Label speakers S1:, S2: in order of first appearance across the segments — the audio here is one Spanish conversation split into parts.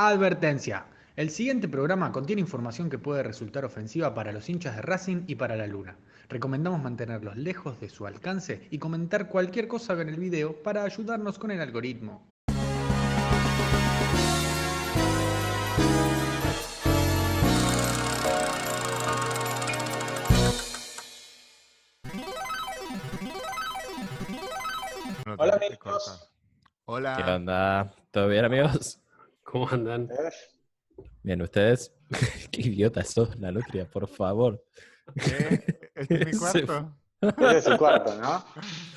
S1: Advertencia. El siguiente programa contiene información que puede resultar ofensiva para los hinchas de Racing y para la Luna. Recomendamos mantenerlos lejos de su alcance y comentar cualquier cosa en el video para ayudarnos con el algoritmo.
S2: No te
S3: Hola,
S2: dejes
S3: amigos.
S2: cortar. Hola.
S4: ¿Qué onda? ¿Todo bien, amigos?
S5: ¿Cómo andan?
S3: Eh,
S4: Bien, ¿ustedes? Qué idiota sos, la nutria, por favor.
S2: ¿Qué? ¿Este es mi
S4: Se
S2: cuarto?
S3: Ese es su cuarto, ¿no?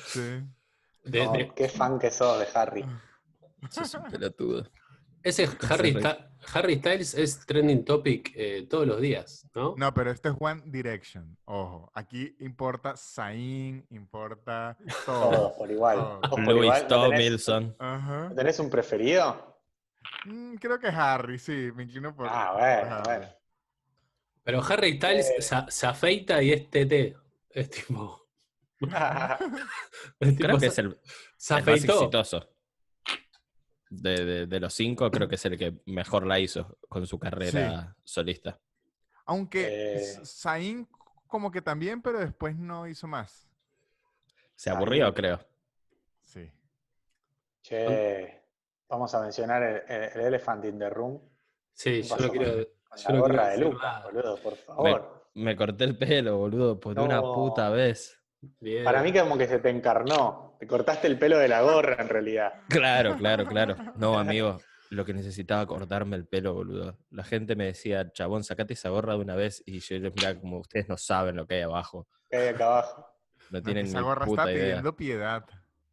S2: Sí.
S5: De-
S3: No,
S5: de-
S3: Qué fan que sos de Harry.
S4: Sos un pelotudo.
S5: ese Harry, Sta- Harry Styles es trending topic eh, todos los días, ¿no?
S2: No, pero este es One Direction. Ojo, aquí importa Zayn, importa
S3: Todos
S2: todo.
S3: por igual.
S5: Oh,
S2: Todos.
S3: Todos por igual.
S4: Louis
S3: ¿No tenés-
S4: Tomlinson.
S2: Ajá.
S3: ¿no ¿Tenés un preferido?
S2: Mm, creo que Harry, sí, me inclino por.
S3: Ah,
S2: por
S3: bueno,
S2: Harry.
S3: bueno.
S5: Pero Harry Styles
S3: Eh.
S5: se, se afeita y es TT. Es tipo. es tipo,
S4: Creo que es
S5: se,
S4: el,
S5: se
S4: el más
S5: afeitó.
S4: exitoso. De, de- de los cinco, creo que es el que mejor la hizo con su carrera solista.
S2: Aunque
S3: Eh.
S2: S- Zayn como que también, pero después no hizo más.
S4: Se aburrió, creo.
S2: Sí.
S3: Che, vamos a mencionar el, el- el Elephant in the Room.
S5: Sí, yo
S3: Pasó
S5: no quiero.
S3: Con
S5: Yo
S3: la
S5: no quiero
S3: gorra de
S5: decir
S3: Lucas,
S5: nada.
S3: boludo, por favor.
S4: Me corté el pelo, boludo, por una
S3: No.
S4: puta vez.
S5: Bien.
S3: Para mí como que se te encarnó. Te cortaste el pelo de la gorra en realidad.
S4: Claro, claro, claro. No, amigo, lo que necesitaba cortarme el pelo, boludo. La gente me decía, chabón, sacate esa gorra de una vez y yo les miraba como ustedes no saben lo que hay abajo.
S3: Que hay acá abajo.
S4: No
S2: No, que
S4: tienen
S2: esa
S4: ni
S2: gorra está
S4: puta idea.
S2: pidiendo piedad.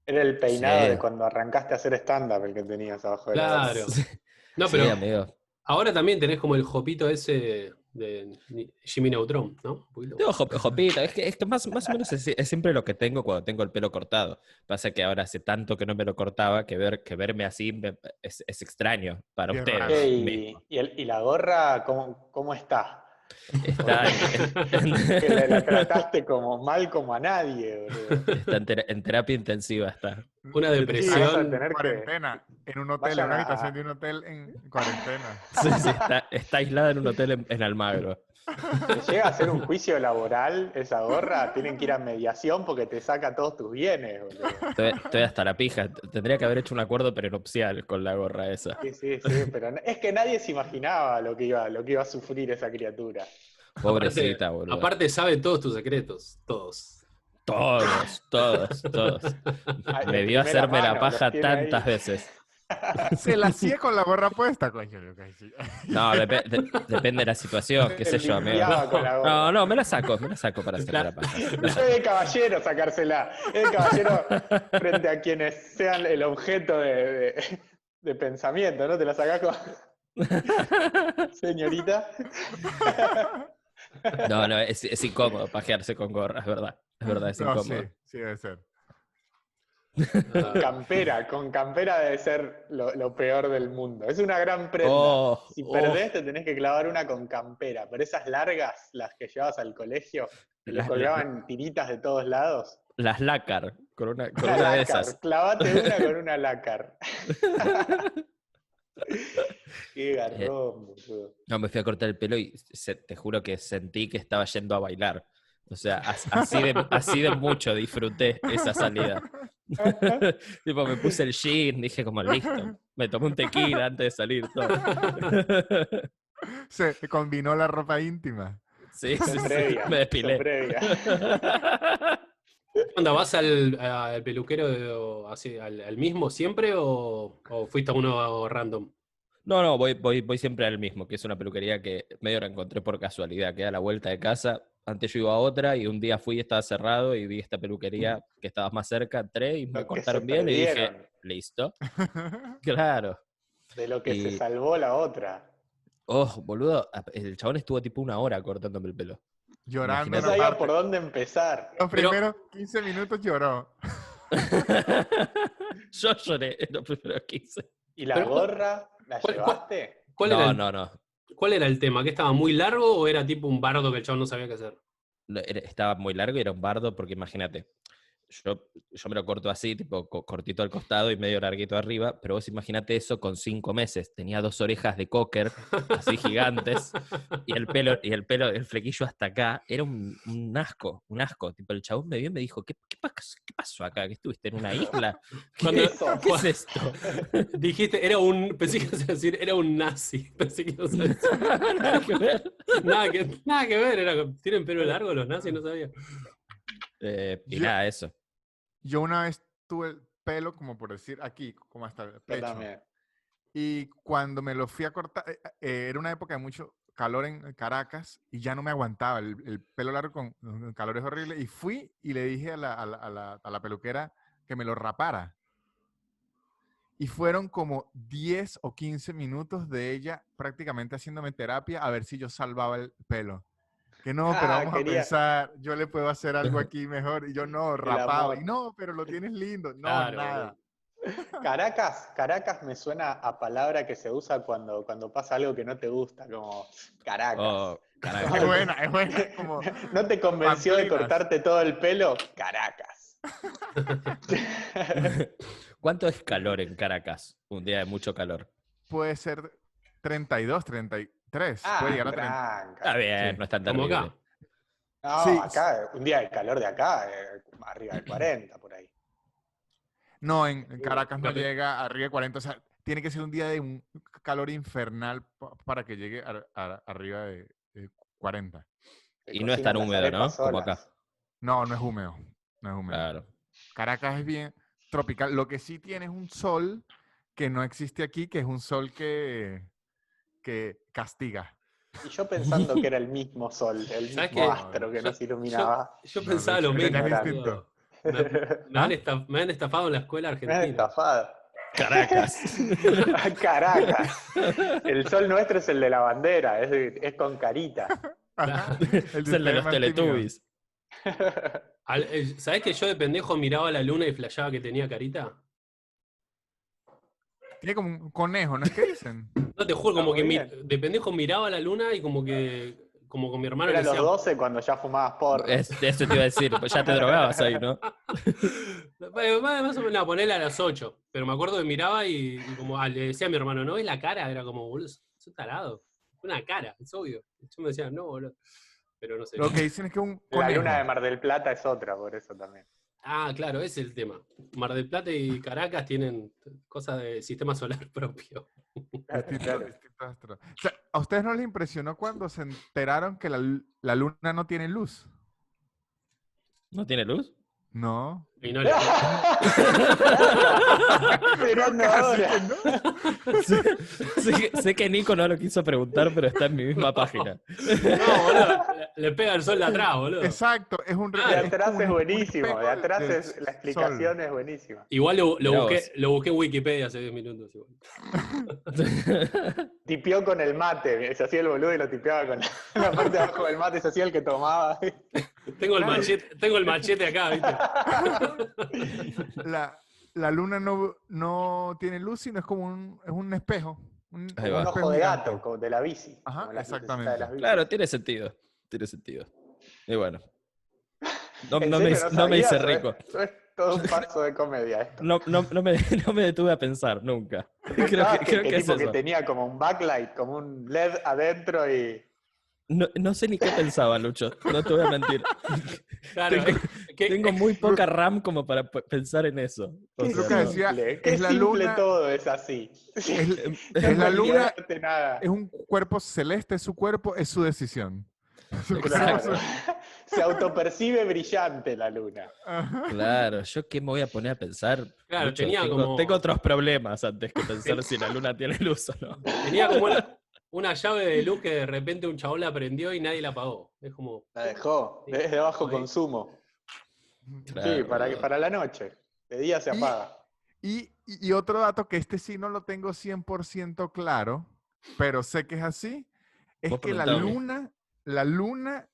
S3: Era el peinado
S4: Sí.
S3: de cuando arrancaste a hacer stand-up el que tenías abajo de la
S5: Claro.
S4: Sí,
S5: No,
S4: sí,
S5: pero
S4: amigo.
S5: ahora también tenés como el jopito ese de Ni- Jimmy Neutron, ¿no? Un poquito.
S4: Tengo jo- jopita, es que, es que más, más o menos es, es siempre lo que tengo cuando tengo el pelo cortado. Pasa que ahora hace tanto que no me lo cortaba que, ver, que verme así me- es, es extraño para
S2: Qué
S4: ustedes.
S2: raro.
S3: Che, y,
S4: mismos.
S3: y el- y la gorra cómo, cómo está?
S4: Está, en-
S3: Que la, la trataste como mal como a nadie, boludo.
S4: está en ter- en terapia intensiva, está.
S5: Una
S3: Vas a
S5: depresión.
S3: tener que...
S2: Cuarentena. En un hotel, en
S3: Vayan
S2: una
S3: a-
S2: habitación de un hotel en cuarentena.
S4: Sí, sí, está, está aislada en un hotel en, en Almagro.
S3: Si llega a hacer un juicio laboral esa gorra, tienen que ir a mediación porque te saca todos tus bienes, boludo.
S4: Estoy, estoy hasta la pija. T- Tendría que haber hecho un acuerdo prenupcial con la gorra esa.
S3: Sí, sí, sí, pero n- es que nadie se imaginaba lo que iba, lo que iba a sufrir esa criatura.
S4: Pobrecita, boludo.
S5: Aparte, sabe todos tus secretos. Todos.
S4: Todos, todos, todos.
S3: Ay, de
S4: Me
S3: primera
S4: vio hacerme
S3: mano, los
S4: la paja
S3: tiene ahí.
S4: tantas veces.
S2: Se la hacía con la gorra puesta, coño. Lucas, sí.
S4: No, depe- de- depende de la situación, qué sé yo, amigo.
S3: Limpiaba con la gorra.
S4: No, no, me la saco, me la saco para hacerme la paja.
S3: Eso es de caballero sacársela. Es de caballero frente a quienes sean el objeto de, de- de pensamiento, ¿no? Te la sacás con. Señorita.
S4: No, no, es, es incómodo pajearse con gorra, es verdad. Es verdad, es
S2: No,
S4: incómodo.
S2: sí, sí debe ser.
S5: Ah,
S3: Campera, con campera debe ser lo, lo peor del mundo. Es una gran prenda.
S4: Oh,
S3: si
S4: oh,
S3: perdés, te tenés que clavar una con campera. Pero esas largas, las que llevabas al colegio, que le
S4: las,
S3: colgaban tiritas de todos lados.
S4: las lácar, con una, con
S3: Una
S4: una de
S3: lácar,
S4: esas.
S3: Clavate una con una lácar. Qué garrón, boludo.
S4: No, me fui a cortar el pelo y se- te juro que sentí que estaba yendo a bailar. O sea, as- así de, así de mucho disfruté esa salida. tipo, me puse el jean, dije como, listo. Me tomé un tequila antes de salir. Todo.
S2: Se combinó la ropa íntima.
S4: Sí, sí,
S3: Son
S4: sí,
S3: previas, son
S4: me despilé.
S3: previas.
S5: Cuando vas al, al peluquero de- o así, al, al mismo siempre o, o fuiste a uno random?
S4: No, no, voy, voy, voy siempre al mismo, que es una peluquería que medio la encontré por casualidad, queda a la vuelta de casa. Antes yo iba a otra y un día fui y estaba cerrado y vi esta peluquería que estaba más cerca, entré y
S3: Lo
S4: me
S3: que se
S4: cortaron bien y dije,
S3: perdieron,
S4: listo. Claro.
S3: De lo que se
S4: y-
S3: salvó la otra.
S4: Oh, boludo, ap- el chabón estuvo tipo una hora cortándome el pelo.
S2: Llorando.
S3: No
S4: Imagínate.
S2: en la
S3: sabía
S2: parte.
S3: por dónde empezar.
S2: Los
S5: Pero-
S2: primeros 15 minutos lloró.
S4: Yo lloré en los primeros 15.
S3: ¿Y la
S5: Pero-
S3: gorra? ¿La
S5: ¿Cuál- cuál-
S3: llevaste?
S5: ¿Cuál, era
S4: No,
S5: el,
S4: no, no.
S5: ¿Cuál era el tema? ¿Que estaba muy largo o era tipo un bardo que el chabón no sabía qué hacer?
S4: No, era- Estaba muy largo y era un bardo porque imagínate, yo, yo me lo corto así, tipo co- cortito al costado y medio larguito arriba, pero vos imaginate eso con cinco meses. Tenía dos orejas de cocker, así gigantes, y el pelo, y el pelo, el flequillo hasta acá. Era un, un asco, un asco. Tipo, el chabón me vio y me dijo, ¿qué, qué, pas- qué pasó acá? ¿Que estuviste en una isla? ¿Qué,
S5: Cuando-
S4: qué es esto?
S5: Dijiste, era un. Pensé que ibas a decir, era un nazi. Pensé que ibas a decir.
S4: Nada que ver.
S5: Nada que, nada que ver, era, tienen pelo largo los nazis, no sabía.
S4: Eh, y
S2: Yo-
S4: nada, eso.
S2: Yo una vez tuve el pelo, como por decir, aquí, como hasta el
S3: Yo
S2: pecho.
S3: también.
S2: Y cuando me lo fui a cortar, eh, eh, era una época de mucho calor en Caracas y ya no me aguantaba. El, el pelo largo con con calor es horrible. Y fui y le dije a la, a la- a la- a la peluquera que me lo rapara. Y fueron como 10 o 15 minutos de ella prácticamente haciéndome terapia a ver si yo salvaba el pelo. Que no, pero
S3: Ah,
S2: vamos
S3: quería-
S2: a pensar, yo le puedo hacer algo aquí mejor. Y yo no, rapado. Y
S3: amor.
S2: no, pero lo tienes lindo. No,
S5: Claro,
S2: nada.
S3: Caracas, Caracas me suena a palabra que se usa cuando, cuando pasa algo que no te gusta, como Caracas.
S4: Oh, carajo.
S2: Es buena, es buena. Como,
S3: ¿No te convenció de
S2: Pamplinas.
S3: cortarte todo el pelo? Caracas.
S4: ¿Cuánto es calor en Caracas? Un día de mucho calor.
S2: puede ser 32, 33.
S3: Ah,
S2: puede llegar a 30.
S4: Está
S3: tranca.
S4: bien,
S2: Sí,
S4: no es tan
S5: Como
S4: terrible.
S5: acá.
S3: No,
S2: Sí.
S3: acá, eh, un día el calor de acá, eh, arriba de 40 por ahí.
S2: No, en en
S5: Uh,
S2: Caracas no
S5: claro.
S2: llega arriba de 40. O sea, tiene que ser un día de un calor infernal pa- para que llegue ar- ar- arriba de, de 40.
S3: Te
S4: Y no es tan
S3: cocinan las
S4: húmedo, ¿no?
S3: arepas
S4: Como
S3: solas.
S4: acá.
S2: No, no es húmedo. No es húmedo.
S4: Claro.
S2: Caracas es bien tropical. Lo que sí tiene es un sol que no existe aquí, que es un sol que, que castiga.
S3: Y yo pensando que era el mismo sol, el mismo
S5: ¿Sabes qué?
S3: astro que nos iluminaba.
S5: Yo
S2: No,
S5: pensaba lo
S2: no,
S5: mismo.
S2: es
S5: boludo.
S2: distinto.
S5: Me, me han estaf- me han estafado en la escuela
S3: Me has
S5: argentina.
S3: estafado.
S4: Caracas.
S3: Caracas. El sol nuestro es el de la bandera, es, es con carita.
S2: Ajá,
S4: es el de
S2: ustedes
S4: los
S2: más tímido.
S4: Teletubbies.
S5: Al- eh, ¿Sabés que yo de pendejo miraba la luna y flasheaba que tenía carita?
S2: Tiene como un conejo, ¿no es que dicen?
S5: No te juro, como
S3: Está
S5: que
S3: muy
S5: mi- de pendejo miraba la luna y como Ah, que como con mi hermano
S3: Era
S5: le
S3: los
S5: decía,
S3: 12 cuando ya fumabas porro.
S4: Es- eso te iba a decir, pues ya te drogabas ahí, ¿no?
S5: Bueno, "Pues, Más, más o menos, no, ponele a las 8. Pero me acuerdo que miraba y, y como ah, le decía a mi hermano, ¿no ves la cara? Era como, boludo, sos tarado. Una cara, es obvio. Yo me decía, no, boludo. Pero no sé.
S2: Lo que dicen es que un
S3: La
S2: conejo.
S3: luna de Mar del Plata es otra, por eso también.
S5: Ah, claro, ese es el tema. Mar del Plata y Caracas tienen cosas de sistema solar propio.
S2: Distinto-
S3: Claro.
S2: distinto astro. O sea, ¿A ustedes no les impresionó cuando se enteraron que la, lu- la luna no tiene luz?
S4: ¿No tiene luz?
S2: No.
S5: Y no le-
S3: Esperando ahora.
S4: sé, sé que- sé que Nico no lo quiso preguntar, pero está en mi misma página.
S5: No, boludo. Le pega el sol de atrás, boludo.
S2: Exacto, es un
S4: Ah,
S2: re-
S3: De
S2: es
S3: atrás
S2: un-
S3: es
S2: un
S3: buenísimo,
S2: espejo
S3: de atrás
S2: del
S3: es, la explicación es buenísima.
S5: Igual lo, lo
S4: Mirá vos.
S5: busqué, lo busqué en Wikipedia hace 10 minutos. igual.
S3: Tipió con el mate, se hacía el boludo y lo tipeaba con la, la parte de abajo del mate, se hacía el que tomaba.
S5: Tengo el machete, tengo el machete acá, ¿viste?
S2: sol. La, la luna no, no tiene luz, sino es como un, es un espejo. Un,
S4: Ahí
S3: Un
S4: va.
S2: espejo
S3: ojo de
S2: gigante.
S3: gato, como de la bici.
S2: Ajá,
S3: como las lucecitas
S2: exactamente.
S3: de las bicis.
S4: Claro, tiene sentido. Tiene sentido. Y bueno. No,
S3: ¿En
S4: no me,
S3: serio?
S4: hice- no me hice
S3: sabías?
S4: rico.
S3: Es, es todo un paso de comedia esto.
S4: No, no, no, me, no me detuve a pensar nunca. Creo
S3: Pensabas
S4: que, creo que es
S3: tipo Ah, que
S4: eso.
S3: tenía como un backlight, como un LED adentro y.
S4: No, no sé ni qué pensaba, Lucho. No te voy a mentir.
S5: Claro, eh,
S4: Tengo-
S5: ¿qué-
S4: Tengo muy poca RAM como para p- pensar en eso. O
S3: Qué
S2: Creo
S4: sea,
S2: que
S4: no.
S2: decía,
S3: simple, qué
S2: es la
S3: simple
S2: luna-
S3: todo es así.
S2: Es,
S3: No
S2: es la
S3: tenía
S2: luna,
S3: arte nada.
S2: es un cuerpo celeste, es su cuerpo, es su decisión. Su cuerpo
S3: Claro.
S2: es su-
S3: Se autopercibe brillante la luna.
S2: Ajá.
S4: Claro, yo qué me voy a poner a pensar.
S5: Claro,
S4: Lucho?
S5: tenía
S4: tengo,
S5: como-
S4: tengo otros problemas antes que pensar si la luna tiene luz o no.
S5: Tenía como una, una llave de luz que de repente un chabón la prendió y nadie la apagó. Es como.
S3: La dejó, es de bajo consumo. sí,
S4: Claro,
S3: para, que-
S4: boludo.
S3: para la noche. De día se
S2: Y-
S3: apaga.
S2: Y, y- y otro dato que este sí no lo tengo 100% claro, pero sé que es así, es
S4: Vos
S2: que la
S4: preguntame.
S2: luna, la luna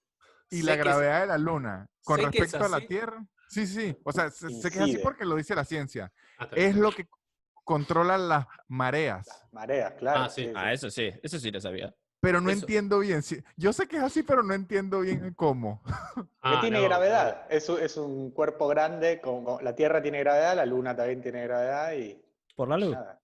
S2: y
S5: Sé
S2: la
S5: que es-
S2: gravedad de la luna con
S5: sé que es
S2: respecto a la
S5: así.
S2: Tierra. Sí, sí, o sea, sé, sé que es así
S3: Incide.
S2: porque lo dice la ciencia.
S5: Ah, está bien.
S2: Es lo que controla las mareas.
S3: Mareas, claro.
S5: Ah, sí.
S4: Ah, eso sí, eso sí lo sabía.
S2: Pero no
S4: Eso.
S2: entiendo bien. si- Yo sé que es así, pero no entiendo bien cómo.
S5: Ah,
S3: tiene
S5: no,
S3: gravedad. Es, un- es un cuerpo grande. con- con- la Tierra tiene gravedad, la Luna también tiene gravedad y
S4: Por la luz.
S3: nada.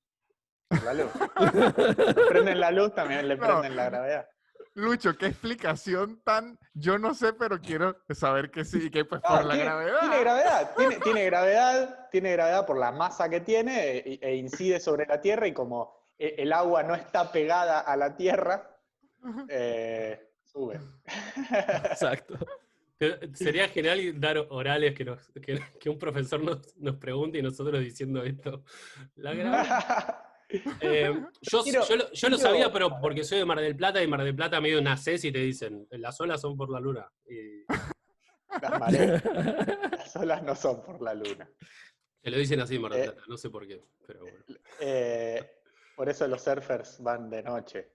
S3: Por La luz. Le prenden la luz, también le
S2: No.
S3: prenden la gravedad.
S2: Lucho, qué explicación tan. Yo no sé, pero quiero saber que sí, que pues
S3: Ah,
S2: por la
S3: tiene,
S2: gravedad.
S3: tiene gravedad, tiene, tiene gravedad, tiene gravedad por la masa que tiene e, e incide sobre la Tierra y como e- el agua no está pegada a la Tierra, eh, sube.
S4: Exacto.
S5: Pero eh, sería genial dar orales que, nos- que, que un profesor nos, nos pregunte y nosotros diciendo esto. La gravedad. Eh, yo,
S3: Quiero-
S5: yo lo, yo lo
S3: quiero-
S5: sabía, pero porque soy de Mar del Plata y Mar del Plata medio nacés y te dicen, las olas son por la luna. Y
S3: Las mareas, las olas no son por la luna.
S5: te lo dicen así en Mar del
S3: Eh.
S5: Plata, no sé por qué, pero bueno.
S3: Eh, por eso los surfers van de noche.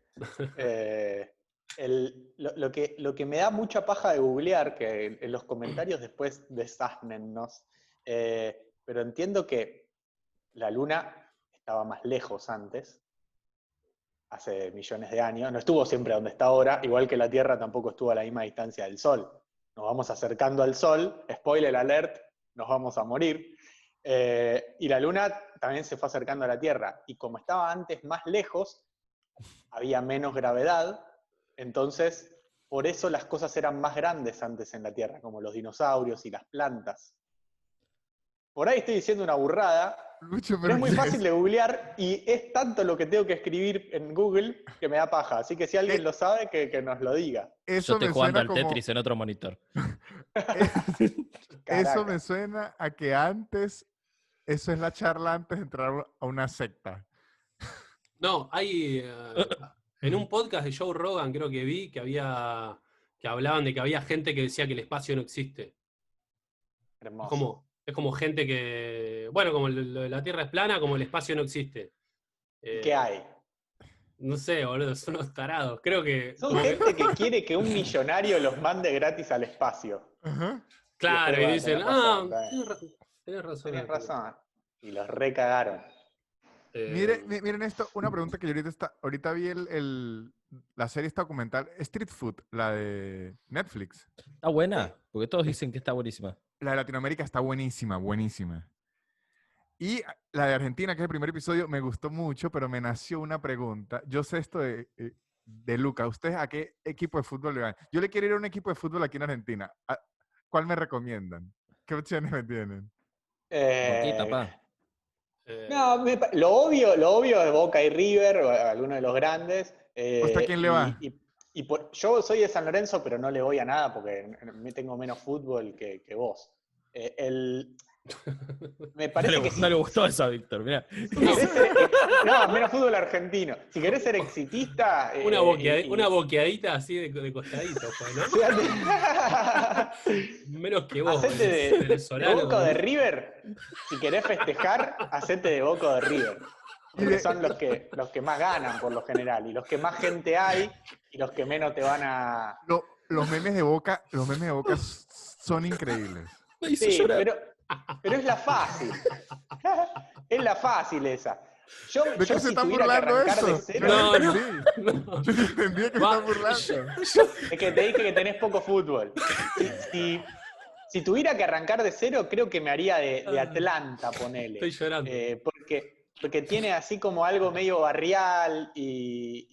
S3: Eh, el- lo, lo que, lo que me da mucha paja de googlear, que en, en los comentarios después desásnennos, eh, pero entiendo que la luna estaba más lejos antes, hace millones de años, no estuvo siempre donde está ahora, igual que la Tierra tampoco estuvo a la misma distancia del Sol. Nos vamos acercando al Sol, spoiler alert, nos vamos a morir. Eh, y la Luna también se fue acercando a la Tierra. Y como estaba antes más lejos, había menos gravedad. Entonces, por eso las cosas eran más grandes antes en la Tierra, como los dinosaurios y las plantas. Por ahí estoy diciendo una burrada,
S2: Lucho,
S3: pero
S2: pero
S3: es muy
S2: ¿qué
S3: fácil de googlear y es tanto lo que tengo que escribir en Google que me da paja. Así que si alguien
S2: Eh.
S3: lo sabe, que, que nos lo diga.
S2: Eso
S4: Yo estoy
S2: me
S4: jugando
S2: suena
S4: al
S2: como-
S4: Tetris en otro monitor.
S2: Eso me
S3: Caracas.
S2: suena a que antes, eso es la charla antes de entrar a una secta.
S5: No, hay... eh, en un podcast de Joe Rogan creo que vi que había... que hablaban de que había gente que decía que el espacio no existe. Es
S3: Hermoso.
S5: como, es como gente que... Bueno, como lo- lo de la Tierra es plana, como el espacio no existe. Eh,
S3: ¿Qué hay?
S5: No sé, boludo, son unos tarados. Creo que...
S3: Son
S5: como que-
S3: gente que quiere que un millonario los mande gratis al espacio.
S2: Ajá.
S5: Claro, y
S3: bueno,
S5: dicen,
S3: tenés
S5: ah,
S3: razón, está
S5: tenés ra- tenés razón.
S3: Tenías
S5: Arturo".
S3: razón. Y los recagaron.
S5: Eh,
S2: Mire- mi- miren esto, una pregunta que yo ahorita, está, ahorita vi el, el- la serie esta documental Street Food, la de Netflix.
S4: Está buena, porque todos dicen que está buenísima.
S2: La de Latinoamérica está buenísima, buenísima. Y a- la de Argentina, que es el primer episodio, me gustó mucho, pero me nació una pregunta. Yo sé esto de, eh, de Luca. ¿Ustedes a qué equipo de fútbol le van? Yo le quiero ir a un equipo de fútbol aquí en Argentina. ¿A- ¿Cuál me recomiendan? ¿Qué opciones me tienen?
S3: Eh,
S4: Boquita, pa.
S5: eh,
S3: no, me pa- lo obvio, lo obvio es Boca y River, o alguno de los grandes. eh,
S2: ¿Usted a quién le
S3: y-
S2: va?
S3: y- y por- yo soy de San Lorenzo, pero no le voy a nada porque n- me tengo menos fútbol que, que vos. Eh, el, me
S4: No
S3: parece
S4: le,
S3: que
S4: no le gustó eso a Víctor, mira.
S3: si, si querés ser, ex- no, menos fútbol argentino. Si querés ser exitista, eh,
S5: una, boquea-
S3: y- y-
S5: una boqueadita así de, de costadito, pues, ¿no? Menos que vos,
S3: Hacete de-
S5: venez-
S3: de
S5: venezolano.
S3: Boca o de
S5: boludo.
S3: River, si querés festejar, hacete de Boca o de River. Porque son los que, los que más ganan por lo general, y los que más gente hay, y los que menos te van a.
S2: Lo- los memes de boca, los memes de boca s- son increíbles.
S4: Me hizo
S3: Sí,
S4: llorar.
S3: pero, pero es la fácil. Es la fácil esa. Yo,
S2: ¿De
S3: yo
S2: qué se
S3: si
S2: están
S3: tuviera que
S2: burlando
S3: arrancar de
S2: eso?
S3: cero,
S2: no,
S5: No, no.
S2: entendí.
S5: No.
S2: Yo no entendí de qué se
S5: Va,
S2: están burlando.
S3: es que te dije que tenés poco fútbol. Si, si- si tuviera que arrancar de cero, creo que me haría de, de Atlanta, ponele.
S5: Estoy llorando.
S3: Eh, porque, porque tiene así como algo medio barrial y,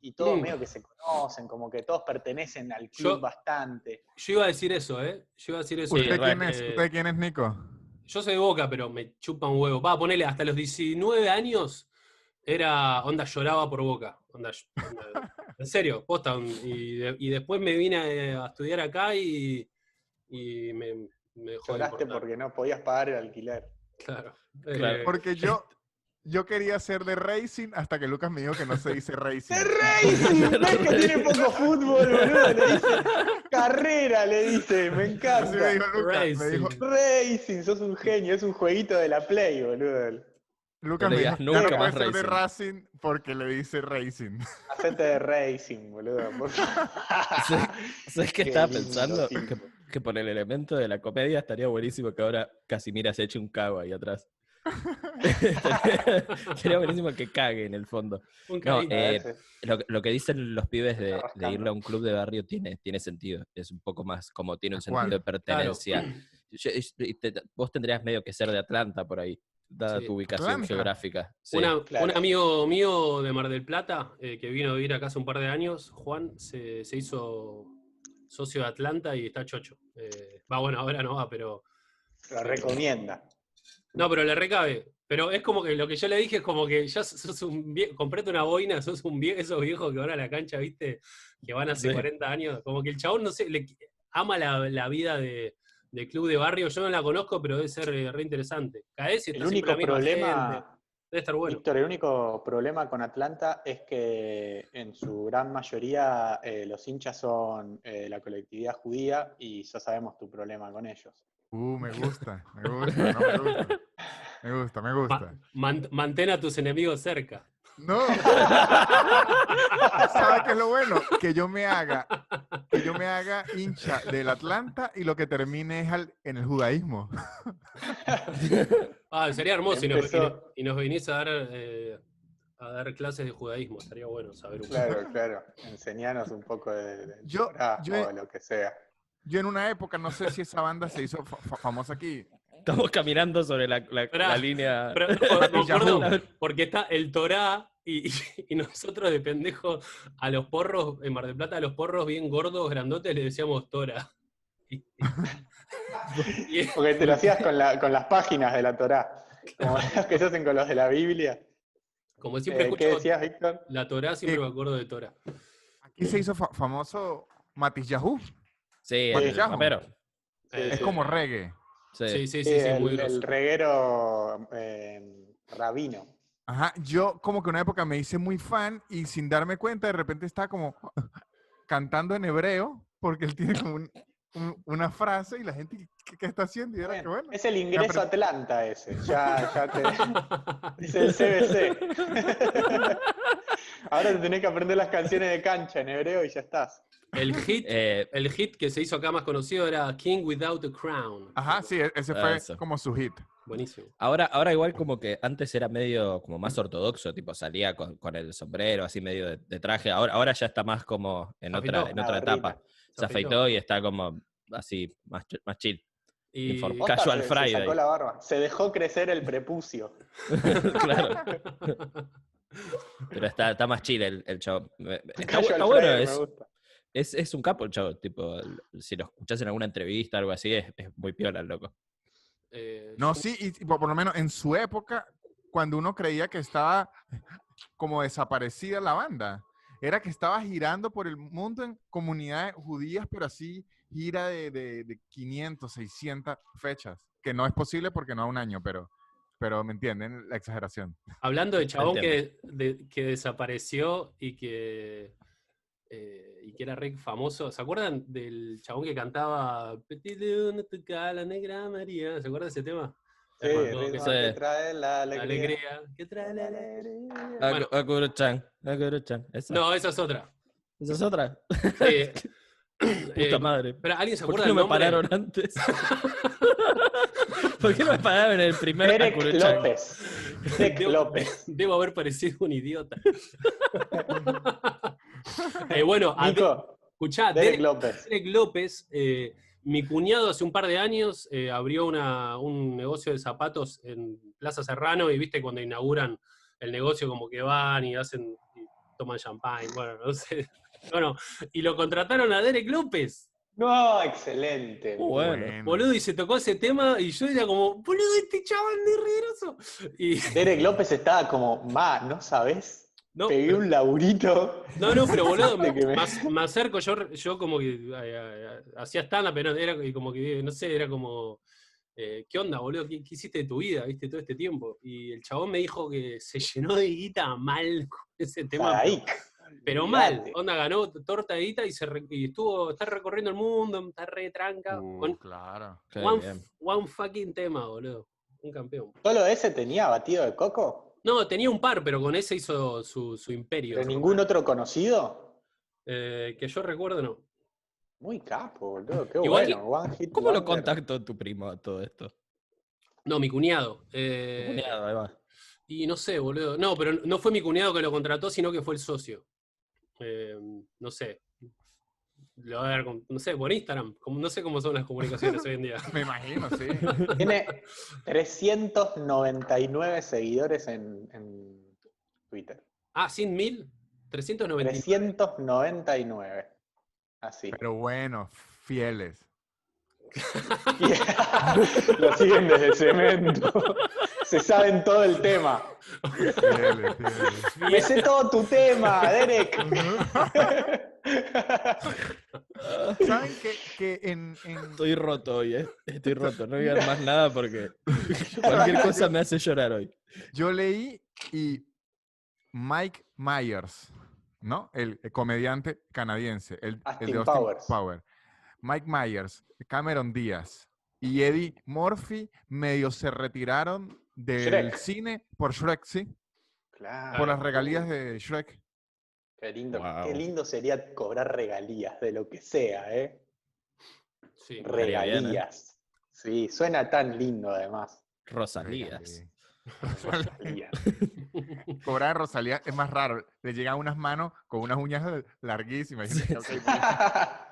S3: y- y todos
S5: Mm.
S3: medio que se conocen, como que todos pertenecen al
S5: Yo-
S3: club bastante.
S5: Yo iba a decir eso, ¿eh? Yo iba a decir eso.
S2: ¿Usted
S4: re-
S2: quién es?
S5: eh,
S2: ¿Usted quién es, Nico?
S5: Yo soy de Boca, pero me chupa un huevo. Va, ponele, hasta los 19 años era onda lloraba por Boca. Onda, ll- onda- en serio, posta. un- Y, de- y después me vine eh, a, a estudiar acá y, y me, me dejó de
S3: Lloraste
S5: importar,
S3: porque no podías pagar el alquiler.
S5: Claro.
S4: Claro.
S5: Eh,
S2: Porque yo, yo quería ser de Racing hasta que Lucas me dijo que no se dice Racing.
S3: ¡De Racing! ¿Ves que tiene poco fútbol, boludo? Le dice, carrera, le dice, me
S2: Así me dijo
S3: encanta.
S2: Lucas. Me dijo,
S5: Racing.
S3: Racing, sos un genio, es un jueguito de la Play, boludo.
S2: Lucas
S4: No le
S2: me
S4: digas
S2: dijo, ya no
S4: nunca
S2: puede
S4: más
S2: ser de Racing porque le dice Racing.
S3: Hacete de Racing, boludo. por favor.
S4: ¿Sabes- ¿Sabes qué
S3: Qué
S4: estaba
S3: lindo
S4: pensando?
S3: tipo.
S4: Que, que por el elemento de la comedia estaría buenísimo que ahora Casimira se eche un cago ahí atrás. Sería buenísimo que cague en el fondo.
S5: Un
S4: No,
S5: carita.
S4: eh,
S3: A ver, sí.
S4: Lo, lo que dicen los pibes de,
S3: Está rascando.
S4: de irle a un club de barrio tiene, tiene sentido. Es un poco más como tiene un
S2: Tal cual.
S4: sentido de
S5: Claro.
S4: pertenencia. Yo- es- y te- vos tendrías medio que ser de Atlanta por ahí, dada
S5: Sí.
S4: tu ubicación
S2: Atlanta.
S4: geográfica. Sí.
S5: Una-
S3: claro.
S5: Un amigo mío de Mar del Plata, eh, que vino a vivir acá hace un par de años, Juan, se, se hizo socio de Atlanta y está chocho. Eh, va, bueno, ahora no va, pero...
S3: Lo recomienda.
S5: No, pero le recabe. Pero es como que lo que yo le dije es como que ya sos un viejo, comprate una boina, sos un viejo, esos viejos que van a la cancha, viste, que van hace
S4: Sí.
S5: 40 años. Como que el chabón, no sé, le, ama la, la vida de, de club de barrio. Yo no la conozco, pero debe ser eh, re interesante. Caes y
S3: El
S5: está siempre
S3: único
S5: la misma gente.
S3: problema,
S5: Debe estar bueno.
S3: Víctor, el único problema con Atlanta es que en su gran mayoría eh, los hinchas son eh, la colectividad judía y ya sabemos tu problema con ellos.
S2: Uh, me gusta, me gusta, no, me gusta. Me gusta, me
S5: Ma-
S2: gusta.
S5: man- mantén a tus enemigos cerca.
S2: No. ¿Sabes qué es lo bueno? Que yo me haga, que yo me haga hincha del Atlanta y lo que termine es al- en el judaísmo.
S5: Ah, sería hermoso y nos, y
S3: Empezó-
S5: nos- y nos vinís a dar, eh, a dar clases de judaísmo. Estaría bueno saber un poco.
S3: Claro, claro. Enseñanos un poco de, de
S2: Yo-
S3: Torá
S2: yo-
S3: o de lo que sea.
S2: Yo en una época, no sé si esa banda se hizo fa- fa- famosa aquí.
S4: Estamos caminando sobre la, la-
S5: Pará,
S4: la línea.
S5: Pero, o- me
S4: Yahoo.
S5: acuerdo, porque está el Torá y, y nosotros de pendejos a los porros, en Mar del Plata, a los porros bien gordos, grandotes, le decíamos Torá. Y- y-
S3: Porque te lo hacías con, la- con las páginas de la Torá. Como los que se hacen con los de la Biblia.
S5: como siempre
S3: Eh,
S5: escucho
S3: ¿Qué decías, Víctor?
S5: la Torá, siempre
S2: Sí.
S5: me acuerdo de Torá.
S2: Aquí se hizo fa- famoso Matiz Yahoo.
S4: Sí,
S2: Bueno,
S4: el
S2: Yahoo.
S4: rapero.
S5: Eh,
S2: Es como reggae.
S4: Sí.
S5: Sí, sí, sí,
S3: Sí,
S5: sí, muy
S3: el,
S5: grosso.
S3: el reguero eh, rabino.
S2: Ajá, yo como que una época me hice muy fan y sin darme cuenta de repente estaba como cantando en hebreo porque él tiene como un- un- una frase y la gente, ¿qué, qué está haciendo? Y era que
S3: Bueno,
S2: bueno.
S3: es el ingreso
S2: pero-
S3: Atlanta ese. Ya, ya te. Es el CBC. Ahora te tenés que aprender las canciones de cancha en hebreo y ya estás.
S5: El hit,
S4: Eh,
S5: el hit que se hizo acá más conocido era King Without a Crown.
S2: Ajá, sí, e- ese fue
S4: Eso.
S2: como su hit.
S5: Buenísimo.
S4: ahora, ahora igual como que antes era medio como más ortodoxo, tipo salía con, con el sombrero, así medio de, de traje. Ahora, ahora ya está más como en
S5: Se
S4: otra,
S5: afeitó.
S4: en otra
S3: Una barrita.
S4: etapa. Se afeitó y está como así, más, ch- más chill.
S5: Y,
S4: Informal.
S3: Posta,
S4: Casual
S3: se-
S4: Friday.
S3: Se sacó la barba. Se dejó crecer el prepucio.
S4: claro. Pero está, está más chill el, el chavo. Me- me- Está, bu-
S3: Casual
S4: está bueno,
S3: Friday, me
S4: es,
S3: gusta.
S4: es, es un capo el chavo. Tipo, el- si lo escuchás en alguna entrevista o algo así, es, es muy piola el loco.
S5: eh,
S2: No, sí, y y por, por lo menos en su época, cuando uno creía que estaba como desaparecida la banda, era que estaba girando por el mundo en comunidades judías, pero así gira de, de- de 500, 600 fechas, que no es posible porque no a un año, pero, pero me entienden la exageración.
S5: Hablando de chabón que, de- que desapareció y que, eh, y que era re famoso, ¿se acuerdan del chabón que cantaba Petit León, tu cala negra María? ¿Se acuerdan de ese tema?
S3: Sí,
S5: Como
S3: el
S5: que
S3: ritmo
S4: sí.
S3: que trae la alegría.
S5: la alegría. que trae la alegría.
S3: alegría.
S5: Bueno.
S4: Aguro-chan. Aguro-chan. Esa,
S5: No, esa es otra.
S4: esa es otra.
S5: Sí. Eh,
S4: Puta madre.
S5: pero alguien se
S4: ¿Por
S5: acuerda
S4: qué
S5: del
S4: no me
S5: nombre?
S4: pararon antes? ¿Por qué no me pararon en el primer
S3: Derek
S4: Aguro-chan?
S3: López. Derek
S5: Debo-
S3: López.
S5: Debo haber parecido un idiota. Eh, bueno, a-
S3: Nico,
S5: escuchá,
S3: Derek
S5: Derek-
S3: López.
S5: Derek López, eh, mi cuñado hace un par de años eh, abrió una- un negocio de zapatos en Plaza Serrano y viste cuando inauguran el negocio como que van y hacen, y toman champagne, bueno, no sé. No, no. Y lo contrataron a Derek López,
S3: No, excelente.
S4: Uh, Bueno.
S5: boludo, y se tocó ese tema y yo era como, boludo, este chaval de regroso. Y
S3: Derek López estaba como, ma, ¿no sabes?
S5: no,
S3: Pegué un laburito.
S5: No, no, pero boludo, me,
S3: Que me-
S5: más- me acerco, yo, yo como que ay, ay, ay, hacía stand-up, pero era y como que, no sé, era como, eh, ¿qué onda, boludo? ¿Qué, qué hiciste de tu vida, viste, todo este tiempo? Y el chabón me dijo que se llenó de guita mal con ese tema, pero,
S3: Ahí.
S5: pero mal.
S3: olvidate.
S5: Onda, ganó torta de guita y, se re- y estuvo, está recorriendo el mundo, está re tranca,
S2: Mm.
S5: con
S2: claro.
S4: Qué
S5: one,
S4: bien.
S5: one fucking tema, boludo. Un campeón.
S3: ¿Solo ese tenía batido de coco?
S5: No, tenía un par, pero con ese hizo su, su imperio.
S3: ¿Pero ningún otro conocido?
S5: Eh, que yo recuerdo, no.
S3: Muy capo, boludo. Qué
S5: Igual
S3: bueno. One hit
S4: ¿Cómo lo
S3: wonder.
S4: contactó tu primo a todo esto?
S5: No, mi cuñado. eh,
S4: Cuñado, ahí va.
S5: Y no sé, boludo. No, pero no fue mi cuñado que lo contrató, sino que fue el socio. Eh, no sé. Lo voy a ver con- no sé, por Instagram. Como, no sé cómo son las comunicaciones hoy en día.
S2: Me imagino, sí.
S3: Tiene 399 seguidores en, en Twitter.
S5: Ah, 100 mil. 390.
S3: 399. Así.
S2: Pero bueno, fieles.
S3: Lo siguen desde cemento. Se saben todo el tema.
S2: Fieles, fieles.
S3: Me sé todo tu tema, Derek.
S2: ¿Saben que, que en, en-
S4: Estoy roto hoy, ¿eh? Estoy roto. No digan más nada porque cualquier cosa me hace llorar hoy.
S2: yo leí y Mike Myers, ¿no? El, el comediante canadiense, el, el
S3: Austin
S2: de Austin
S3: Powers.
S2: Power. Mike Myers, Cameron Díaz y Eddie Murphy medio se retiraron del
S3: Shrek.
S2: cine por Shrek, sí,
S3: Claro.
S4: Ah,
S2: por las
S4: uh.
S2: regalías de Shrek.
S3: Qué lindo,
S4: Wow.
S3: qué lindo sería cobrar regalías de lo que sea, ¿eh?
S5: Sí.
S4: Estaría bien, ¿eh?
S3: Regalías. Sí, suena tan lindo además.
S4: Rosalías.
S3: Regalías.
S2: Eh, Cobrar a Rosalía es más raro. Le llegan unas manos con unas uñas larguísimas.
S4: Sí,
S2: Ok,
S4: sí.
S3: La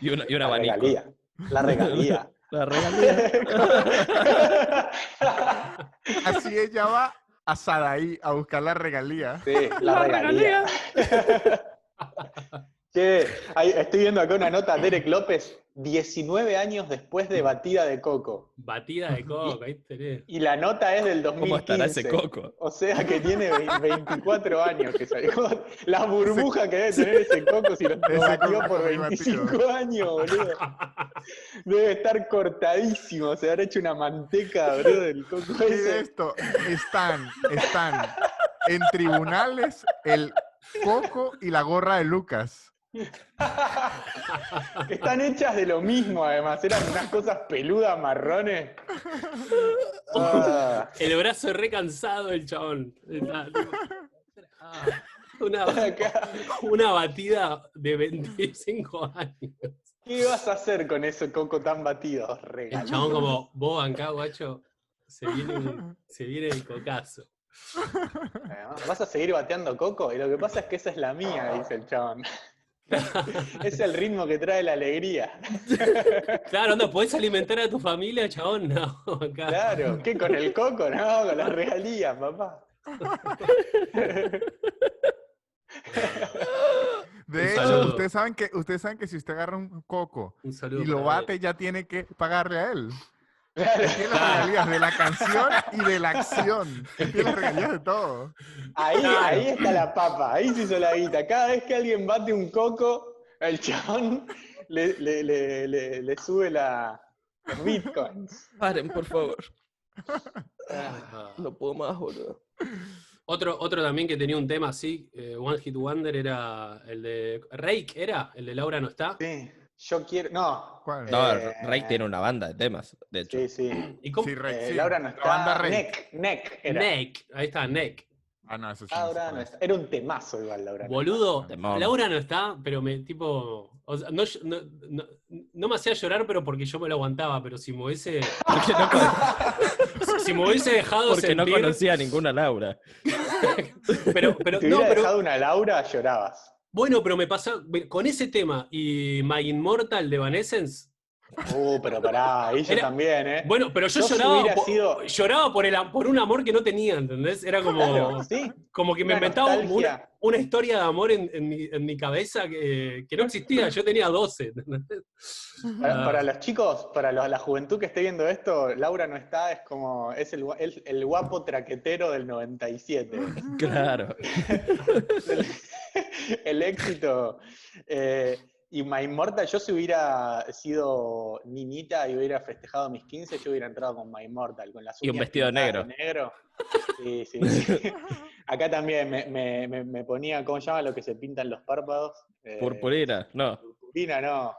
S4: Y una, y un abanico.
S3: regalía. La regalía.
S4: La regalía.
S2: Así ella va a Sadaí a buscar la regalía.
S3: Sí, la, regalía. Che, ahí estoy viendo acá una nota, Derek López, 19 años después
S4: Mm.
S3: de Batida de Coco.
S5: Batida de coca, ahí tenés.
S3: Y la nota es del 2015.
S4: ¿Cómo estará ese coco?
S3: O sea que tiene ve- 24 años que salió. La burbuja que debe tener ese coco si lo
S2: Ese
S3: batió
S2: coco
S3: por
S2: que batió.
S3: 25 años, boludo. Debe estar cortadísimo. Se habrá hecho una manteca, boludo, del coco
S2: ¿Qué es
S3: ese.
S2: esto? Están, están en tribunales el coco y la gorra de Lucas.
S3: Están hechas de lo mismo, además. Eran unas cosas peludas marrones. Ah,
S5: El brazo recansado del chabón. Está, tipo, ah, Una,
S3: acá.
S5: una batida de 25 años.
S3: ¿Qué vas a hacer con ese coco tan batido?
S5: El
S3: Regalo.
S5: chabón como, vos acá, guacho, se viene, un- se viene el cocazo.
S3: Además, ¿Vas a seguir bateando coco? Y lo que pasa es que esa es la mía, dice el chabón. es el ritmo que trae la alegría.
S5: Claro, no, podés alimentar a tu familia, chabón, no, acá.
S3: Claro, ¿qué con el coco? No, con las regalías, papá.
S5: Un
S2: De hecho,
S5: saludo.
S2: ustedes saben que ustedes saben que si usted agarra un coco
S5: Un saludo.
S2: y lo
S5: para él.
S2: bate, ya tiene que pagarle a él.
S3: Claro,
S2: Tiene las regalías de la canción y de la acción. Tiene las regalías de todo.
S3: ahí, ahí está la papa, ahí se hizo la guita. Cada vez que alguien bate un coco, el chabón le, le- le- le- le sube la los bitcoins.
S4: Paren, por favor.
S5: Ah.
S4: No puedo más, boludo.
S5: Otro, otro también que tenía un tema así, eh, One Hit Wonder, era el de. Rake era, el de Laura no está.
S3: Sí, yo quiero. No.
S2: ¿Cuál?
S4: No,
S3: eh,
S4: Rake tiene una banda de temas, de hecho.
S3: Sí, sí.
S5: ¿Y cómo?
S2: Sí, Rey,
S3: Eh,
S2: sí.
S3: Laura no
S2: La banda
S3: está.
S2: Rey.
S3: Neck, Neck era.
S5: Neck, ahí está, Neck.
S2: Ah, no, eso sí. no sé
S3: Laura
S2: cuál
S3: no
S2: es.
S3: está. Era un temazo igual, Laura. no
S5: Boludo,
S4: Temón.
S5: Laura no está, pero me tipo. o sea, no, no- no- no me hacía llorar, pero porque yo me lo aguantaba, pero si me hubiese.
S4: Porque no, con-
S5: si- Si me hubiese dejado
S4: porque no
S5: sentir-
S4: conocía a ninguna Laura.
S5: Pero, pero,
S3: Si
S5: no,
S3: hubiera
S5: pero
S3: dejado una Laura, llorabas.
S5: bueno, pero me pasa. me- Con ese tema y My Immortal de Van Essence,
S3: Uh, pero pará, ahí yo
S5: Era-
S3: también, ¿eh?
S5: Bueno, pero yo,
S3: Yo si
S5: lloraba,
S3: hubiera
S5: por,
S3: sido-
S5: lloraba por, el, am- por un amor que no tenía, ¿entendés? Era como,
S3: Claro, sí.
S5: como que
S3: una
S5: me inventaba un- una,
S3: nostalgia.
S5: una historia de amor en, en mi, en mi cabeza que, que no existía. Yo tenía 12. ¿entendés?
S3: Para,
S5: Ah.
S3: para los chicos, para los- la juventud que esté viendo esto, Laura no está, es como, es el, gua- el- el guapo traquetero del 97.
S4: Claro.
S3: el, el éxito. Eh, y My Immortal, yo si hubiera sido niñita y hubiera festejado mis 15, yo hubiera entrado con My Immortal, con las
S4: Y un
S3: uñas
S4: vestido
S3: pintadas de negro. Sí, sí, sí. Acá también me, me- me- me ponía, ¿cómo se llama lo que se pintan los párpados? Eh,
S4: Purpurina, no.
S3: Purpurina, no. ¿Cómo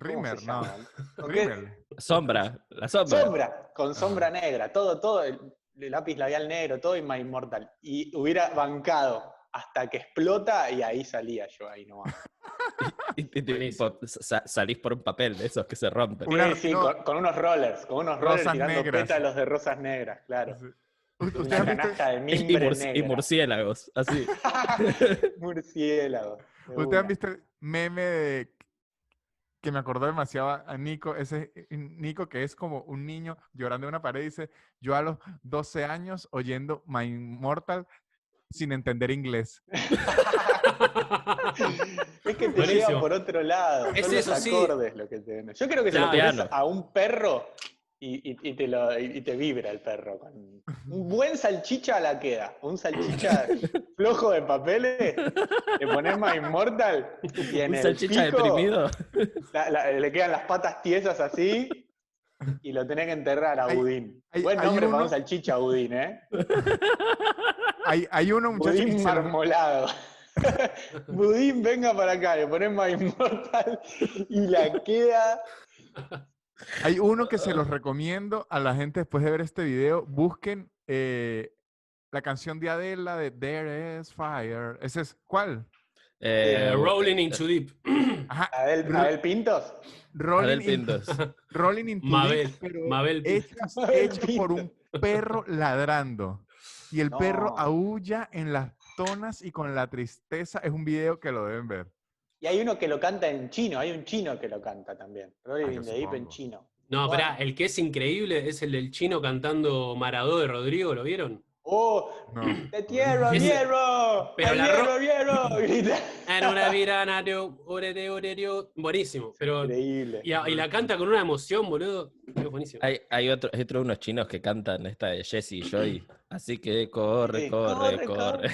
S3: se
S2: Rimmer, no.
S3: llama? ¿Con qué?
S2: Rimmer.
S4: Sombra, la sombra.
S3: Sombra, con sombra negra, todo, todo, el, el lápiz labial negro, todo y My Immortal. Y hubiera bancado hasta que explota y ahí salía yo, ahí nomás.
S4: Y, y- y-
S5: Buenísimo.
S4: po- sa- salís por un papel de esos que se rompen.
S2: Una-
S3: Eh, Sí, sí,
S2: no.
S3: con, con unos rollers, con unos rollers
S2: Rosas
S3: tirando
S2: negras.
S3: pétalos de rosas negras, claro.
S2: Sí.
S3: Una
S2: ¿Ustedes han visto-
S3: canasta de
S4: Y,
S3: mimbre
S4: murci- y
S3: negra.
S4: murciélagos, así.
S3: Murciélago. de
S2: ¿Ustedes han
S3: una.
S2: visto el meme de que me acordó demasiado a- a Nico? Ese eh, Nico que es como un niño llorando en una pared y dice, yo a los 12 años oyendo My Immortal sin entender inglés.
S3: Es que te
S5: Buenísimo.
S3: lleva por otro lado.
S5: Es
S3: son
S5: eso,
S3: los
S5: sí.
S3: acordes lo que te Yo creo que se lo
S5: Claro.
S3: pones
S4: Piano.
S3: a un perro y, y- y te lo, y, y te vibra el perro. con- Un buen salchicha a la queda. Un salchicha flojo de papeles. Le pones más inmortal. Y en
S4: Un
S3: el
S4: salchicha
S3: pico,
S4: deprimido.
S3: la- la- le quedan las patas tiesas así. Y lo tenés que enterrar a
S2: Hay-
S3: Budín.
S2: hay-
S3: buen
S2: hay
S3: nombre para
S2: uno-
S3: un salchicha Budín, ¿eh?
S2: Hay, hay uno, muchacho, que
S3: Budín
S2: se lo-
S3: marmolado. Budín, venga para acá, le pones My Immortal y la queda.
S2: hay uno que se los recomiendo a la gente después de ver este video. Busquen eh, la canción de Adela de There is Fire. ¿Ese es cuál?
S4: Eh,
S5: Rolling in too deep.
S3: Eh,
S2: Ajá,
S3: Abel,
S2: Ru-
S3: Abel Pintos.
S2: Rolling
S4: Adel
S2: in,
S4: Pintos.
S2: Rolling in Too Deep,
S5: Mabel,
S2: pero
S5: Mabel Pinto.
S2: hechas-
S3: Mabel
S2: hecho por un perro ladrando. Y el perro
S3: No.
S2: aúlla en las tonas y con la tristeza. Es un video que lo deben ver.
S3: Y hay uno que lo canta en chino, hay un chino que lo canta también. Rolling
S2: Ah, yo
S3: in the Deep en
S2: supongo.
S3: chino.
S5: No,
S3: Bueno.
S5: pará, el que es increíble es el del chino cantando Maradó de Rodrigo, ¿lo vieron?
S3: ¡Oh!
S2: No.
S3: ¡De tierra,
S5: Ese-
S3: hierro!
S5: pero
S3: ¡De
S5: la
S3: hierro, hierro! Grita.
S5: En una virana de orete, orete, buenísimo. Pero, y,
S3: Increíble.
S5: a- y la canta con una emoción, boludo. Es buenísimo.
S4: Hay, hay, otro, hay otro de unos chinos que cantan esta de Jesse y Joy. Así que corre,
S3: Sí,
S4: corre,
S3: corre,
S4: corre.
S3: corre.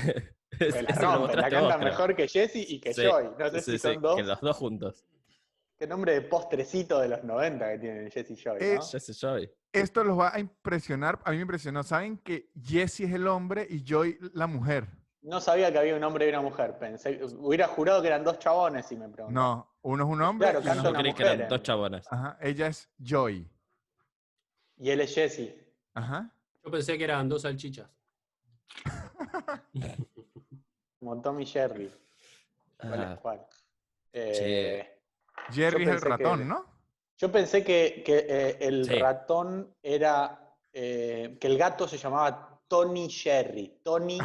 S4: Ese-
S3: Que la rompe,
S4: ese lo
S3: la
S4: mostraste vos,
S3: canta
S4: creo.
S3: mejor que Jesse y que
S4: Sí,
S3: Joy. No sé
S4: Sí,
S3: si
S4: sí,
S3: son dos.
S4: que los dos juntos.
S3: Qué nombre de postrecito de los 90 que tienen Jesse y Joy. ¿no?
S2: Es-
S4: Jesse y Joy.
S2: Esto los va a impresionar. A mí me impresionó. Saben que Jesse es el hombre y Joy la mujer.
S3: No sabía que había un hombre y una mujer. Pensé, hubiera jurado que eran dos chabones si me preguntan.
S2: No, uno es un hombre.
S3: Claro,
S2: y
S3: canta
S2: uno-
S4: Yo
S3: una
S4: creí que
S3: mujer,
S4: eran
S3: eh.
S4: dos chabonas.
S2: Ajá, ella es Joy.
S3: Y él es Jesse.
S2: Ajá.
S5: Yo pensé que eran dos salchichas.
S3: Como Tom y Jerry. ¿Cuál es
S4: Ah,
S3: cuál? Eh,
S2: Jerry es el
S3: pensé que-
S2: ratón, ¿no?
S3: yo pensé que, que, eh, el
S4: Sí.
S3: ratón era. eh, que el gato se llamaba Tony Jerry. Tony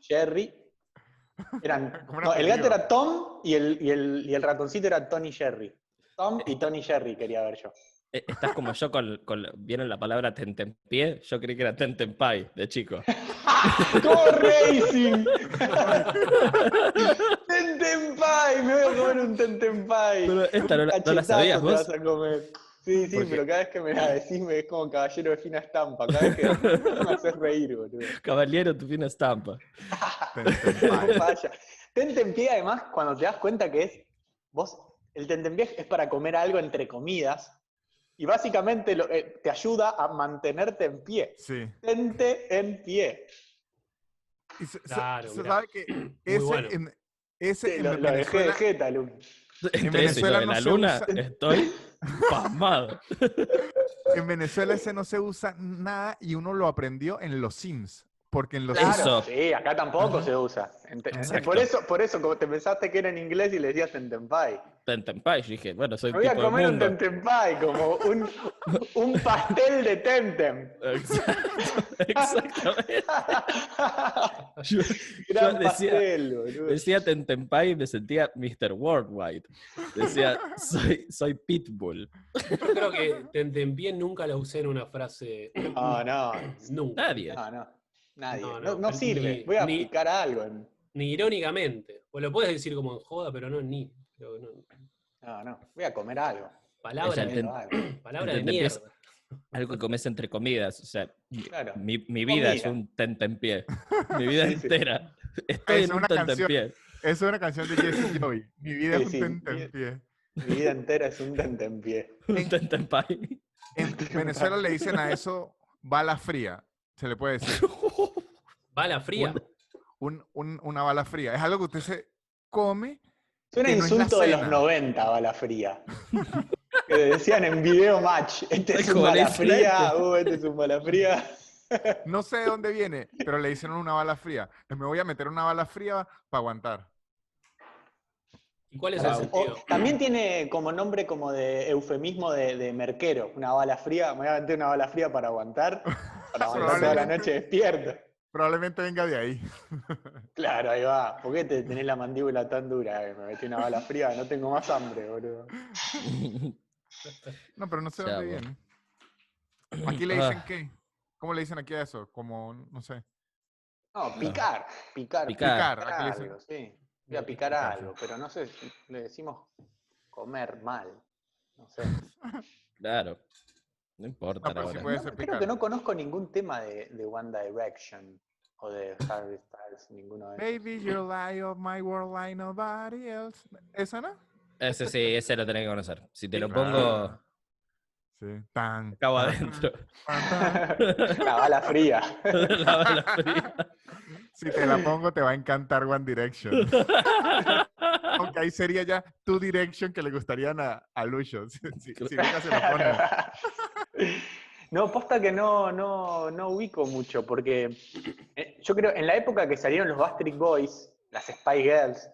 S3: Jerry. Eran,
S2: Como un
S3: no, el gato
S2: apellido.
S3: era Tom y el, y, el, y el ratoncito era Tony Jerry. Tom
S2: Eh.
S3: y Tony Jerry quería ver yo.
S4: eh, Estás como yo con, con- ¿Vieron la palabra tentempié? Yo creí que era tentempai de chico.
S3: ¡Go Racing! ¡Tentempai! Me voy a comer un tentempai.
S4: Pero esta no, la- no la
S3: Cachetazo
S4: sabías
S3: te
S4: vos.
S3: vas a comer. Sí, sí,
S4: Porque-
S3: pero cada vez que me la decís me es como caballero de fina estampa. Cada vez que me haces reír, boludo.
S4: Caballero, tu fina estampa.
S3: No falla. Tentempié, además, cuando te das cuenta que es. Vos, el tentempié es para comer algo entre comidas. Y básicamente lo- eh, te ayuda a mantenerte en pie.
S2: Sí.
S3: Tente en pie.
S2: Y se- se-
S5: Claro,
S2: se
S5: mirá.
S2: sabe que ese
S5: bueno.
S2: en, ese
S3: Sí,
S2: en
S3: lo, lo dejé de
S2: Venezuela-
S3: jeta, Lu.
S4: Entre eso y lo
S2: Venezuela
S4: de
S2: no
S4: la
S2: se
S4: luna,
S2: usa-
S4: estoy pasmado.
S2: En Venezuela ese no se usa nada y uno lo aprendió en los Sims. Porque en los
S4: Claro.
S2: Sims.
S4: Eso.
S3: Sí, acá tampoco se usa. Ente-
S4: Exacto.
S3: Por eso, por eso, como te pensaste que era en inglés y le decías tentempai.
S4: Tentempai, yo dije, bueno, soy
S3: Me voy
S4: tipo
S3: a
S4: del
S3: comer un
S4: mundo.
S3: tentempai, como un, un pastel de tentem.
S4: Exacto, Exactamente. Yo, yo
S3: Gran
S4: decía,
S3: pastel, boludo.
S4: decía Tentempai y me sentía Mr. Worldwide. Decía, soy, soy Pitbull.
S5: Yo creo que Tentempié nunca la usé en una frase.
S3: Ah, no,
S5: Nunca.
S4: Nadie.
S3: no, no. Nadie. No,
S5: No, no,
S3: no
S5: ni-
S3: sirve. Voy a
S5: ni-
S3: aplicar algo. en-
S5: Ni irónicamente. O lo puedes decir como en joda, pero no ni. Pero no.
S3: No, no. Voy a comer algo.
S4: O sea,
S5: Palabra,
S4: el
S5: de-
S4: ten-
S3: Comiendo algo.
S5: palabra de
S4: Tentempié es-
S5: mierda.
S4: Algo que comes entre comidas. O sea, mi-
S3: Claro.
S4: mi, mi vida es
S3: Comida.
S4: un tentempié. Mi vida
S3: Sí, sí.
S4: entera. Estoy
S2: Es
S4: en un
S2: una canción.
S4: tentempié.
S2: Eso es una canción de Jesse Joy. Mi vida
S3: Sí,
S2: es
S3: sí,
S2: un
S3: mi-
S2: tentempié.
S3: Mi vida entera es un tentempié.
S4: Un tentempai.
S2: En Venezuela le dicen a eso bala fría. Se le puede decir.
S5: Bala fría.
S2: Un- un- un- una bala fría. Es algo que usted se come.
S3: Suena
S2: Que no es la
S3: insulto de los
S2: cena.
S3: 90, bala fría. que decían en video match, este es
S4: Ay,
S3: un
S4: joder,
S3: bala
S4: es
S3: fría,
S4: frente.
S3: uh, este es un bala fría.
S2: No sé de dónde viene, pero "Pues le hicieron una bala fría. Me voy a meter una bala fría para aguantar.
S5: ¿Y cuál es el
S4: Bravo.
S5: sentido?
S3: Ah, O- también tiene como nombre como de eufemismo de, de merquero, una bala fría. Me voy a meter una bala fría para aguantar, para aguantar toda la noche despierto.
S2: Probablemente venga de ahí.
S3: Claro, ahí va. ¿Por qué te tenés la mandíbula tan dura? Eh, Me metí una bala fría, no tengo más hambre, boludo.
S2: No, pero no sé
S4: Ya,
S2: dónde
S4: bueno.
S2: viene. Aquí le dicen
S4: Ah.
S2: qué. ¿Cómo le dicen aquí a eso? Como, no sé.
S3: No, picar, picar,
S4: Picar,
S3: picar,
S2: aquí le dicen.
S3: algo, sí. Voy a picar
S4: Picar,
S3: algo, pero no sé, le decimos comer mal. No sé.
S4: Claro. No importa
S2: No, Ah, pero
S4: la
S2: sí
S4: hora.
S2: puede
S3: No,
S2: ser
S3: creo que
S2: picar.
S3: no conozco ningún tema de, de One Direction o de Harry Styles, ninguno de ellos.
S2: Baby, you're light of my world, like nobody else. ¿Esa no?
S4: Ese sí, ese lo tenés que conocer. Si te lo
S2: claro.
S4: pongo,
S2: Sí. Tan.
S4: acabo
S2: tan,
S4: adentro.
S2: tan, tan.
S3: La bala fría.
S4: La bala fría.
S2: Si te la pongo, te va a encantar One Direction. Aunque ahí sería ya Two Direction que le gustarían a, a Lucio. Si, si- si nunca se la pone.
S3: No, posta que no, no, no ubico mucho, porque eh, yo creo, en la época que salieron los Backstreet Boys, las Spy Girls,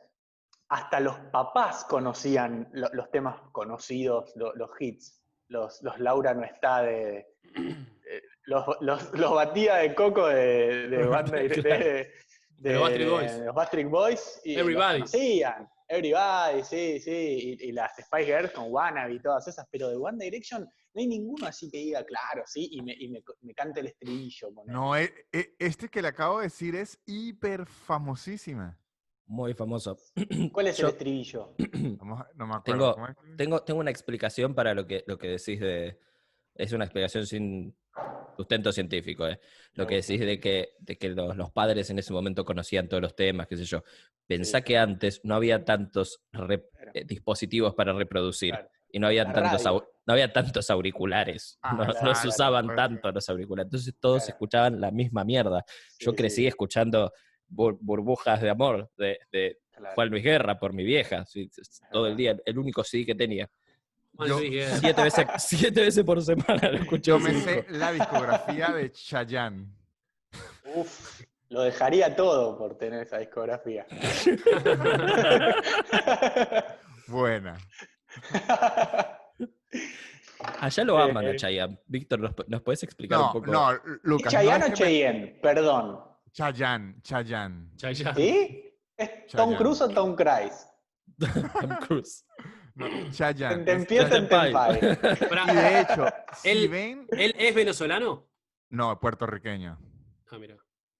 S3: hasta los papás conocían lo- los temas conocidos, lo- los hits, los, los Laura no está de... eh, Los, los, los batía de coco de, de, banda, de, de-
S5: De los Backstreet Boys.
S3: de los Backstreet Boys y los
S5: Everybody.
S3: conocían. Everybody, sí, sí. Y, y las Spy Girls con Wannabe y todas esas, pero de One Direction no hay ninguno así que diga, claro, sí, y me, y me, me cante el estribillo. ponele.
S2: No, e- e- este que le acabo de decir es hiper famosísima.
S4: Muy famoso.
S3: ¿Cuál es
S4: Yo-
S3: el estribillo?
S2: Vamos a- no me acuerdo.
S4: Tengo-
S2: ¿cómo es?
S4: Tengo, tengo una explicación para lo que, lo que decís de... Es una explicación sin sustento científico, ¿eh? Lo que decís de que, de que los, los padres en ese momento conocían todos los temas, qué sé yo. Pensá
S3: Sí.
S4: que antes no había tantos rep-
S3: Claro.
S4: eh, dispositivos para reproducir
S3: Claro.
S4: y no había,
S3: La
S4: tantos,
S3: radio.
S4: au- no había tantos auriculares,
S2: Ah,
S4: no, no
S3: claro,
S4: se usaban
S2: puede ser.
S4: tanto los auriculares, entonces todos
S3: Claro.
S4: escuchaban la misma mierda. Yo
S3: Sí,
S4: crecí
S3: sí,
S4: escuchando bur- burbujas de amor de, de
S3: claro.
S4: Juan Luis Guerra por mi vieja, sí, t- t- todo el día, el único CD que tenía.
S5: Juan
S2: Yo-
S5: Luis Guerra.
S4: Siete veces, siete veces por semana lo escuché.
S2: Yo me sé la discografía de Chayanne.
S3: Uf, lo dejaría todo por tener esa discografía.
S2: Buena.
S4: Allá lo
S3: Sí,
S4: aman a
S3: eh.
S4: Chayanne. Víctor, ¿nos, po- nos puedes explicar un
S2: No,
S4: poco?
S2: no, Lucas. no
S3: Chayanne o
S2: es que me-
S3: Cheyenne, perdón.
S2: Chayanne, Chayanne.
S5: Chayanne.
S3: ¿Sí? ¿Es Tom
S2: Chayanne.
S3: Cruise o Tom Cruise?
S4: Tom Cruise.
S2: No, Chayanne.
S3: Te
S2: Ah, es
S3: empiezo en
S4: Chayanne
S3: Tempai.
S5: Pará,
S2: Y
S3: ¿eh?
S2: de hecho, si
S5: Él-
S2: ven,
S5: ¿Él es venezolano?
S2: no, puertorriqueño.
S5: Ah, mira.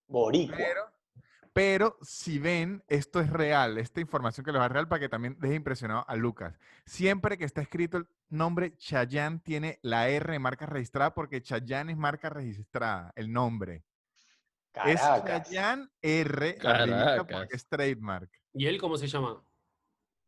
S3: Boricua.
S2: Pero, pero si ven, esto es real, esta información que les va a real para que también deje impresionado a Lucas. Siempre que está escrito el nombre Chayanne tiene la R de marca registrada porque Chayanne es marca registrada, el nombre. Es
S3: Caracas.
S2: Chayanne R, arribita, porque
S4: Caracas.
S2: es trademark.
S5: ¿Y él cómo se llama?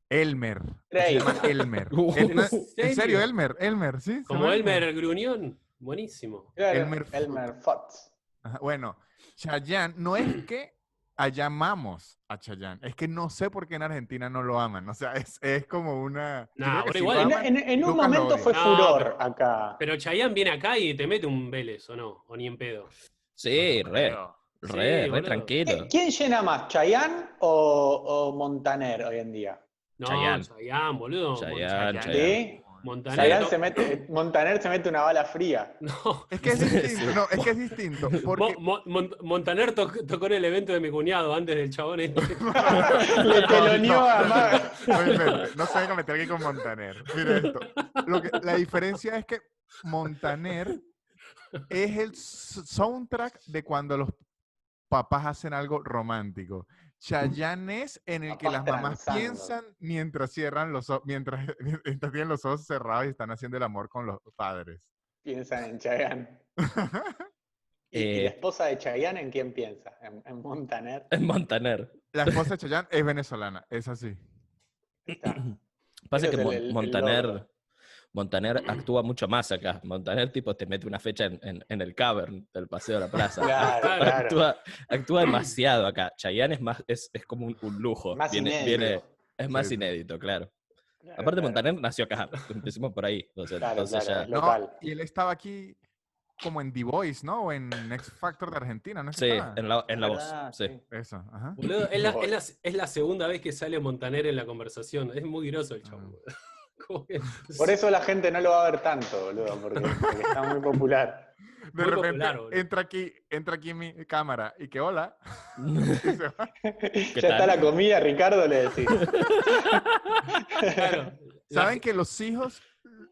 S2: Elmer. Se llama Elmer.
S4: Uh,
S2: Él no-
S5: ¿en
S2: en serio,
S5: serio?
S2: Elmer, Elmer, sí. se
S5: Como
S2: llama
S5: Elmer Gruñón. Buenísimo.
S3: Claro,
S2: Elmer-
S3: Elmer Fox.
S2: Ajá, Bueno, Chayanne, no es que allá amamos a Chayanne, es que no sé por qué en Argentina no lo aman. O sea, es, es como una. yo creo que
S5: Nah, pero
S2: si lo
S5: igual-
S3: En,
S2: aman-
S3: en- en un
S2: Lucas lo
S3: momento
S2: odia.
S3: fue
S5: No,
S3: furor
S5: pero-
S3: acá.
S5: Pero Chayanne viene acá y te mete un Vélez, ¿o no? O ni en pedo.
S4: Sí, re,
S2: Pero-
S5: Sí,
S4: re, re
S5: boludo.
S4: tranquilo.
S3: ¿Qui- ¿Quién llena más, Chayanne o, o Montaner hoy en día?
S5: No,
S4: Chayanne.
S5: Chayanne, boludo.
S4: Chayanne, Chayanne.
S3: ¿Sí?
S5: Montaner.
S3: Chayanne
S5: to-
S3: se mete, Montaner se mete una bala fría.
S5: No.
S2: Es que es
S4: Sí.
S2: distinto, no, es que es distinto. Porque,
S5: Mo- Mo- Mon- Montaner to- tocó en el evento de mi cuñado antes del chabón. este.
S3: Le teloneó a
S2: no,
S3: Mar-
S2: no, no, inventes, no se venga a meter aquí con Montaner. Mira esto. Lo que- la diferencia es que Montaner es el s- soundtrack de cuando los papás hacen algo romántico. Chayanne es en el que
S3: Papás
S2: las mamás
S3: transando.
S2: piensan mientras cierran los ojos, mientras, mientras tienen los ojos cerrados y están haciendo el amor con los padres.
S3: Piensan en Chayanne. ¿Y, y
S4: Eh.
S3: la esposa de Chayanne en quién piensa? ¿En, en Montaner?
S4: En Montaner.
S2: La esposa de Chayanne es venezolana, es así.
S3: Está.
S4: Pasa
S3: Ese
S4: que
S3: es
S4: Mon-
S3: el- el
S4: Montaner,
S3: logro.
S4: Montaner actúa mucho más acá. Montaner tipo te mete una fecha en, en- en el cavern del Paseo de la Plaza.
S3: Claro, claro.
S4: Actúa, actúa demasiado acá. Chayanne es más, es, es como un, un lujo.
S3: Más
S4: Viene-
S3: inédito.
S4: viene- es más
S2: Sí, sí.
S4: inédito, claro.
S3: Claro,
S4: Aparte
S3: claro.
S4: Montaner nació acá. Empecemos por ahí. O sea,
S3: Claro,
S4: entonces
S3: claro,
S4: ya-
S3: es Local.
S2: No, y él estaba aquí como en The Voice, ¿no? O en Next Factor de Argentina, ¿no? es que
S4: Sí,
S2: estaba?
S4: en la, en la voz.
S3: Ah,
S4: Sí.
S2: Eso, ajá.
S5: Boludo, es, la, es la- es la segunda vez que sale Montaner en la conversación. Es muy groso el
S2: Ah.
S5: chavo. boludo. Como que-
S3: Por eso la gente no lo va a ver tanto, boludo, porque, porque está muy popular.
S2: De
S5: Muy
S2: repente
S5: popular, boludo.
S2: entra aquí, entra aquí mi cámara y que hola. Y se va.
S3: Ya
S4: tal?
S3: está la comida, Ricardo, le decís.
S5: Claro. La-
S2: Saben que los hijos,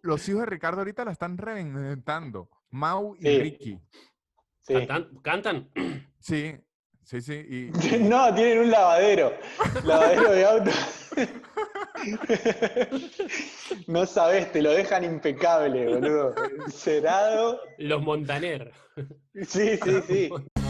S2: los hijos de Ricardo ahorita la están reventando. Mau y
S3: Sí.
S2: Ricky.
S3: Sí.
S5: ¿Cantan? ¿Cantan?
S2: Sí, sí, sí. Y,
S3: No, tienen un lavadero. Lavadero de auto. No sabes, te lo dejan impecable, boludo. Cerado.
S5: Los Montaner.
S3: Sí, sí, sí.